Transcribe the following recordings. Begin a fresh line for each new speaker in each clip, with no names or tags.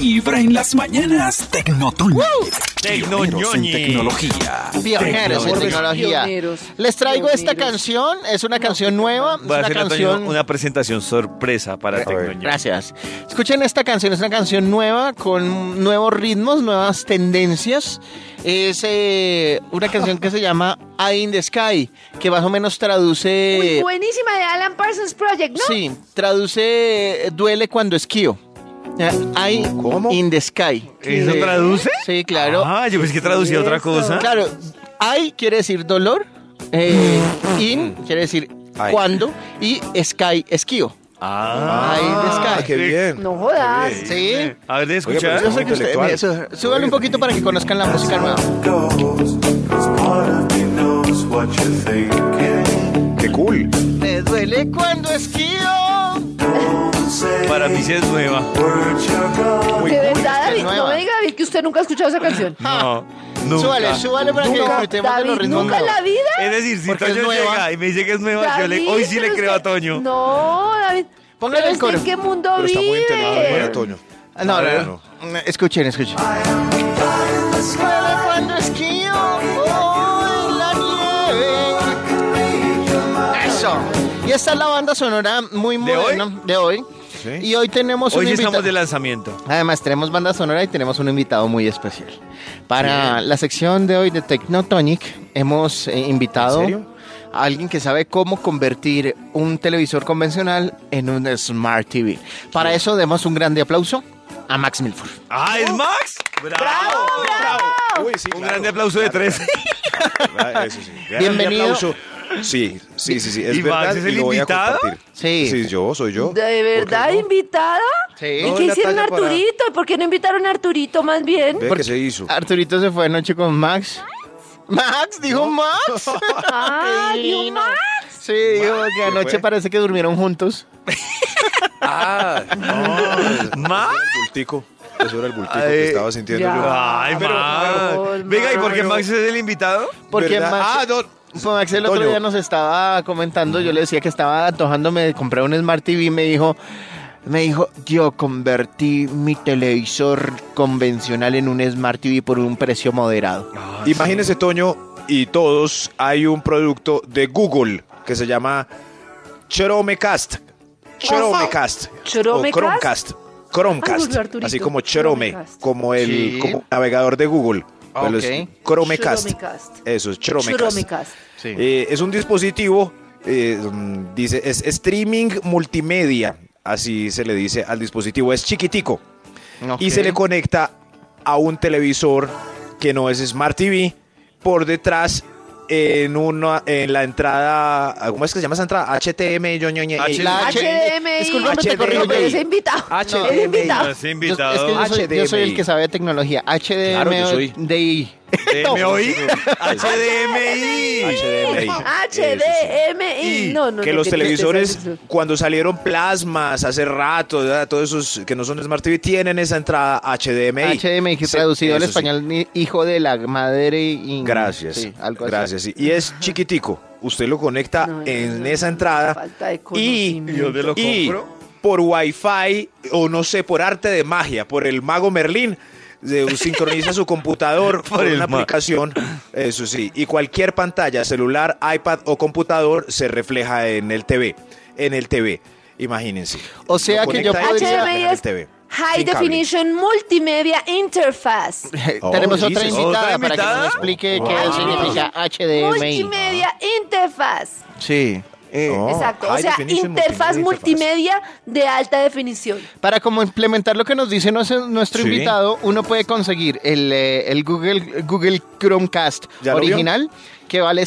Vibra en las mañanas, Tecnotunes. Pioneros en
Tecnoñoñe.
tecnología.
Pioneros en
Pioneros.
tecnología.
Pioneros.
Les traigo esta
Pioneros.
canción, es una canción nueva, es
Voy a
una
hacerle a Toño
canción...
una presentación sorpresa para Tecnoño.
Gracias. Escuchen esta canción, es una canción nueva, con nuevos ritmos, nuevas tendencias. Es eh, una canción que se llama Eye in the Sky, que más o menos traduce...
Uy, buenísima de Alan Parsons Project, ¿no?
Sí, traduce eh, duele cuando esquío. Eh, Eye in the Sky.
¿Eso
Eh,
traduce?
Sí, claro.
Ah, yo pensé que traducía otra cosa.
Claro, I quiere decir dolor, eh, in quiere decir
Ay.
cuando y sky esquío.
Ah,
Ay, de Sky.
qué bien.
No jodas.
Qué bien.
Sí.
A ver, de
Oiga, pero
escuchar.
Yo sé que ustedes, mire,
Intelectual.
su- súbanle un poquito para que conozcan la música nueva.
goes, 'cause part of me knows what you're thinking.
Qué cool.
Me duele cuando esquío.
Don't say
Para mí sí es nueva.
words you're gone.
De verdad,
es
David,
nueva.
no me diga, David, que usted nunca ha escuchado esa canción.
No, nunca.
Súbale, súbale para que disfrutemos de los
David,
ritmos
nunca en
nuevos.
la vida.
Es decir, si
Porque es
Toño
nueva.
llega y me dice que es nueva, Eh, yo le,
David,
hoy sí le
pero
creo a
usted-
Toño.
No, David.
Póngale
pero
el
usted
coro.
¿En qué mundo
Pero está muy intelectual
vive?
para Toño.
Ah, No, no, no. Escuchen, escuchen. Me duele cuando esquío oh, en la nieve. Eso. Y esta es la banda sonora muy
¿De hoy?
moderna de hoy.
Sí.
Y hoy tenemos
Hoy
un
ya
invitado.
estamos de lanzamiento.
Además, tenemos banda sonora y tenemos un invitado muy especial. Para la sección de hoy de Technotonic, hemos eh, invitado
¿En serio?
a alguien que sabe cómo convertir un televisor convencional en un Smart TV. Para eso, demos un grande aplauso a Max Milford.
¡Ah, es Max! ¡Bravo! ¡Bravo!
Uy, sí,
Un
claro.
grande aplauso de tres.
Ah, Eso sí. Gran
Bienvenido.
aplauso. Sí, sí, sí, sí. Es
¿Y Max
verdad.
es
y
el
lo voy a
invitado?
compartir.
Sí.
Sí, yo, soy yo.
¿De verdad invitada?
Sí.
¿Y
No,
qué
la
hicieron a
talla para-
Arturito? ¿Y por qué no invitaron a Arturito más bien?
Ve
Porque
que se hizo.
Ah.
Arturito se fue anoche con Max. ¿Max? ¿Dijo Max? Ah,
¡Ay, Dios mío.
Sí, dijo que anoche
fue?
parece que durmieron juntos.
Ah,
¿Max?
el bultico. Eso era el bultico
Ay,
que estaba sintiendo
ya.
yo.
¡Ay,
Pero-
Max!
pero-
Venga, ¿y por qué
pero-
Max es el invitado?
Porque
¿Verdad?
Max-
Ah, no.
Pues Max el otro
Toño.
día nos estaba comentando, yo le decía que estaba antojándome de comprar un Smart TV y me dijo, me dijo, yo convertí mi televisor convencional en un Smart TV por un precio moderado.
Imagínense, Toño, y todos, hay un producto de Google que se llama Chromecast. Chromecast.
¿Chromecast?
O Chromecast. Chromecast.
volvió Arturito.
así como Chrome,
Chromecast.
como el
Sí.
como navegador de Google. Pero es
Ok.
Chromecast.
Chromecast.
Eso es
Chromecast.
Eh, es un dispositivo, eh, mm, dice, es streaming multimedia, así se le dice al dispositivo, es chiquitico
Ok.
y se le conecta a un televisor que no es Smart TV por detrás en una en la entrada ¿cómo es que se llama esa entrada? HTM yo, ño, ñe,
H-
La H-
HDMI.
Discúlpame, te
No,
corrijo,
pero ese
Jay.
invitado.
HDMI.
Ese
No,
invitado.
es
Yo- es que
invitado.
yo, soy, yo soy el
HDMI.
que sabe de tecnología. HDMI.
Claro, yo soy.
DI.
¿MOI? HDMI.
HDMI.
HDMI. No, no,
que
no,
los
qué
televisores
tristeza.
cuando salieron plasmas hace rato ¿verdad? todos esos que no son Smart TV tienen esa entrada HDMI
HDMI, que
Sí,
traducido al
eso sí.
español, ni- hijo de la madre. y-
Gracias.
Sí, algo así.
gracias. sí. Y es chiquitico. Usted lo conecta
No, eso
en
no,
esa
no,
entrada.
falta de
y
conocimiento.
¿Y dónde lo
y
compro?
por Wi-Fi o no sé, por arte de magia, por el mago Merlín. se- sincroniza su computador
Por
por
el
una
ma-
aplicación, eso sí, y cualquier pantalla, celular, iPad o computador se refleja en el TV, en el TV, imagínense.
O sea
Lo
que yo
conecta y se
podría-
refleja en
HDMI
el
es
TV,
High
sin cable.
Definition Multimedia Interface.
Oh,
Tenemos otra
dices.
invitada,
¿Otra
para que
invitada?
nos explique qué
Wow.
significa HDMI.
Multimedia Interface.
Sí.
Oh,
Exacto. O
high
sea,
definition
interfaz multimedia de alta definición.
Para como implementar lo que nos dice nuestro, nuestro
Sí.
invitado, uno puede conseguir el, eh, el Google, Google Chromecast
¿Ya lo vio?
original, que vale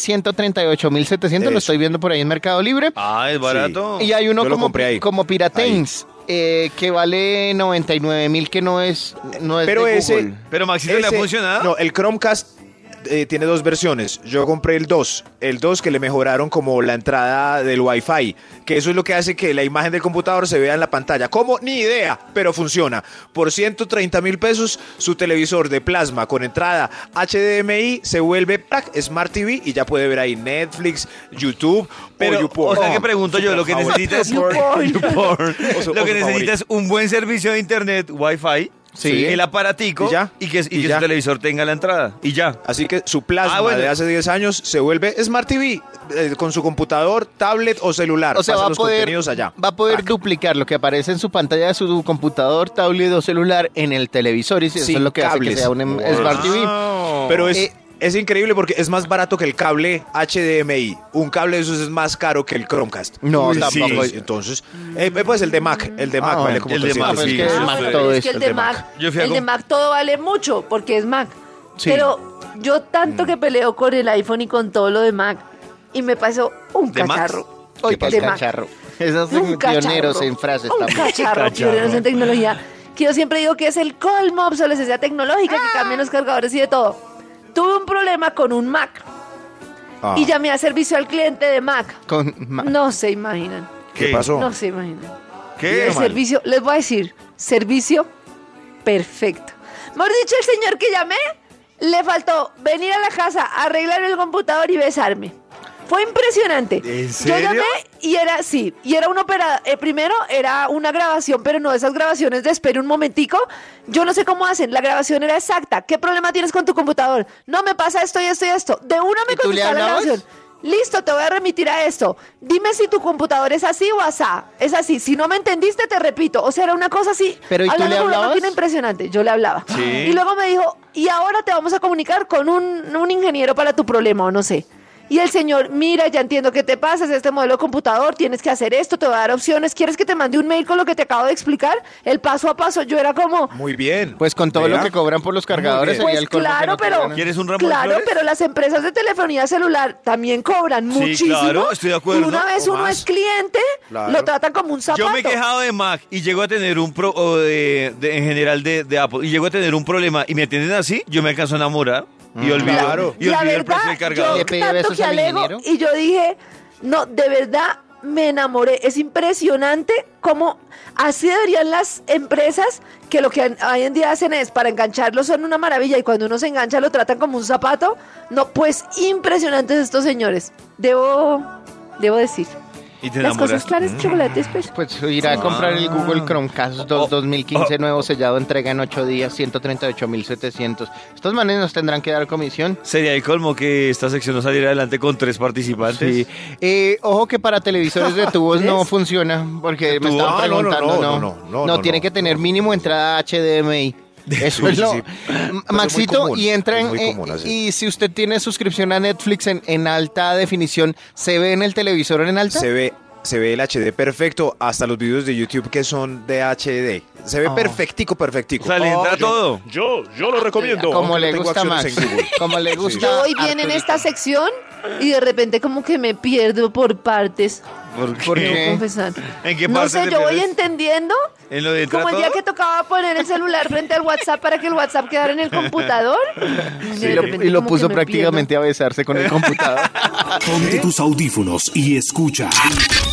138.700, lo
Eso.
estoy viendo por ahí en Mercado Libre.
Ah, es barato.
y hay uno
yo lo
como,
compré ahí.
como Pirateins, eh, que vale 99.000, que no es, no es
Pero
de
ese-
Google.
Pero Maxito le ha
Ese-
funcionado.
No, el Chromecast eh, tiene dos versiones. Yo compré el 2, el 2 que le mejoraron como la entrada del Wi-Fi, que eso es lo que hace que la imagen del computador se vea en la pantalla. ¿Cómo? Ni idea, pero funciona. Por 130 mil pesos, su televisor de plasma con entrada HDMI se vuelve ¡plac! Smart TV y ya puede ver ahí Netflix, YouTube o
Pero,
YouPorn.
o sea, que pregunto yo, lo que necesita es YouPorn.
O su- o
Lo que
su favorito.
necesita es un buen servicio de internet, wifi,
Sí.
el aparatico
Y ya.
y que, y
Y
que
ya.
su televisor tenga la entrada. Y ya.
Así que su plasma
Ah, bueno.
de hace 10 años se vuelve Smart TV eh, con su computador, tablet o celular.
O sea,
Pasa
va a
los
poder,
contenidos allá. Ah,
va a poder duplicar lo que aparece en su pantalla de su computador, tablet o celular en el televisor y eso
Sin
es lo que hace
cables.
que sea un em- Smart TV.
Pero es,
Eh,
es increíble porque es más barato que el cable HDMI. Un cable de esos es más caro que el Chromecast.
No,
Uy,
tampoco.
Entonces, entonces, eh, eh, pues el de Mac, el de Mac
Ah,
vale como
el de Mac,
300.
sí,
Sí,
que es
Ah,
un
bueno,
Mac.
pero
todo
es que
eso,
el de Mac,
Yo fui a
el de
comp-
Mac todo vale mucho porque es Mac.
Sí.
Pero yo tanto que peleo con el iPhone y con todo lo de Mac y me pasó un
¿De Mac?
cacharro.
Oye,
¿Qué
el
pasa?
cacharro. Esos son
Un cacharro.
pioneros en frases
Un
también.
cacharro, pioneros en tecnología. Que yo siempre digo que es el colmo obsolescencia tecnológica
Ah.
que cambian los cargadores y de todo. Tuve un problema con un Mac
Ah,
y llamé a servicio al cliente de Mac.
Con ma-
No se imaginan.
¿Qué
¿Qué?
pasó?
No se imaginan.
¿Qué?
El servicio, les voy a decir, servicio perfecto. Mejor dicho, el señor que llamé le faltó venir a la casa, arreglar el computador y besarme. Fue impresionante.
¿En
Yo
serio?
llamé y era, sí, y era un operador. primero era una grabación, pero no esas grabaciones de espere un momentico. Yo no sé cómo hacen, la grabación era exacta. ¿Qué problema tienes con tu computador? No, me pasa esto y esto y esto. De una me
¿Y tú le
contestaba la
hablabas?
grabación. Listo, te voy a remitir a esto. Dime si tu computador es así o asá. Es así. Si no me entendiste, te repito. O sea, era una cosa así.
¿Pero y tú
Hablando
le
con una
hablabas?
máquina impresionante. Yo le hablaba. Y luego me dijo, y ahora te vamos a comunicar con un, un ingeniero para tu problema o no sé. Y el señor, mira, ya entiendo qué te pasa, es este modelo de computador, tienes que hacer esto, te voy a dar opciones, ¿quieres que te mande un mail con lo que te acabo de explicar? El paso a paso, yo era como,
Muy bien.
Pues con todo
Vea.
lo que cobran por los cargadores
bien.
sería
pues
el colmo que
claro,
no
pero
tuvieran.
¿Quieres un ramo de
claro,
flores?
pero las empresas de telefonía celular también cobran
Sí,
muchísimo.
claro, estoy de acuerdo,
Y una vez
o
uno
más.
es cliente,
Claro.
lo tratan como un zapato.
Yo me he quejado de Mac y llego a tener un pro o de, de- en general de, de Apple y llego a tener un problema y me atienden así, yo me alcanzo a enamorar y olvido,
Mm, Claro.
y
la
olvido el
verdad,
precio del
yo
cargador.
¿Le pidió
tanto
besos
que
al
alego
ingeniero?
y yo dije, no, de verdad me enamoré. Es impresionante cómo así deberían las empresas que lo que han- hoy en día hacen es para engancharlo son una maravilla y cuando uno se engancha lo tratan como un zapato. No, pues impresionantes estos señores. Debo, debo decir.
Y te
Las cosas
enamoras.
claras, chocolates, pues.
Pues ir a comprar el Google Chromecast 2 2015 nuevo sellado, entrega en 8 días, 138.700. Estos manes nos tendrán que dar comisión.
Sería el colmo que esta sección no saliera adelante con tres participantes.
Sí. Eh, ojo que para televisores de tubos no
¿Ves?
funciona, porque me
tubo?
estaban
Ah, no, no,
preguntando. No,
no, no, no, no, no,
tiene
no.
que tener mínimo entrada HDMI. Eso
Sí,
es lo.
sí, sí.
M-
muy
Maxito,
común,
y entra
es
en-
muy
eh,
común, así.
y si usted tiene suscripción a Netflix en, en alta definición, ¿se ve en el televisor en alta?
Se ve, se ve el HD perfecto hasta los videos de YouTube que son de HD. Se ve
Ah.
perfectico, perfectico.
O sea, le entra todo.
Oh, Yo, yo lo recomiendo.
Oh, Como
aunque
le
no tengo
gusta a Max.
acciones en Google.
Como le gusta.
Yo hoy bien en
Arturito.
esta sección y de repente como que me pierdo por partes.
¿Por
Debo
qué?
confesar.
¿En qué
No
parte
sé,
te
yo voy
pierdes?
entendiendo
En lo de entra
Como el día
todo.
que tocaba poner el celular frente al WhatsApp para que el WhatsApp quedara en el computador. de
Y lo,
repente
y lo
como que
puso
me
prácticamente a besarse con el computador.
Ponte tus audífonos y escucha.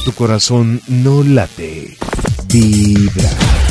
Tu corazón no late, vibra.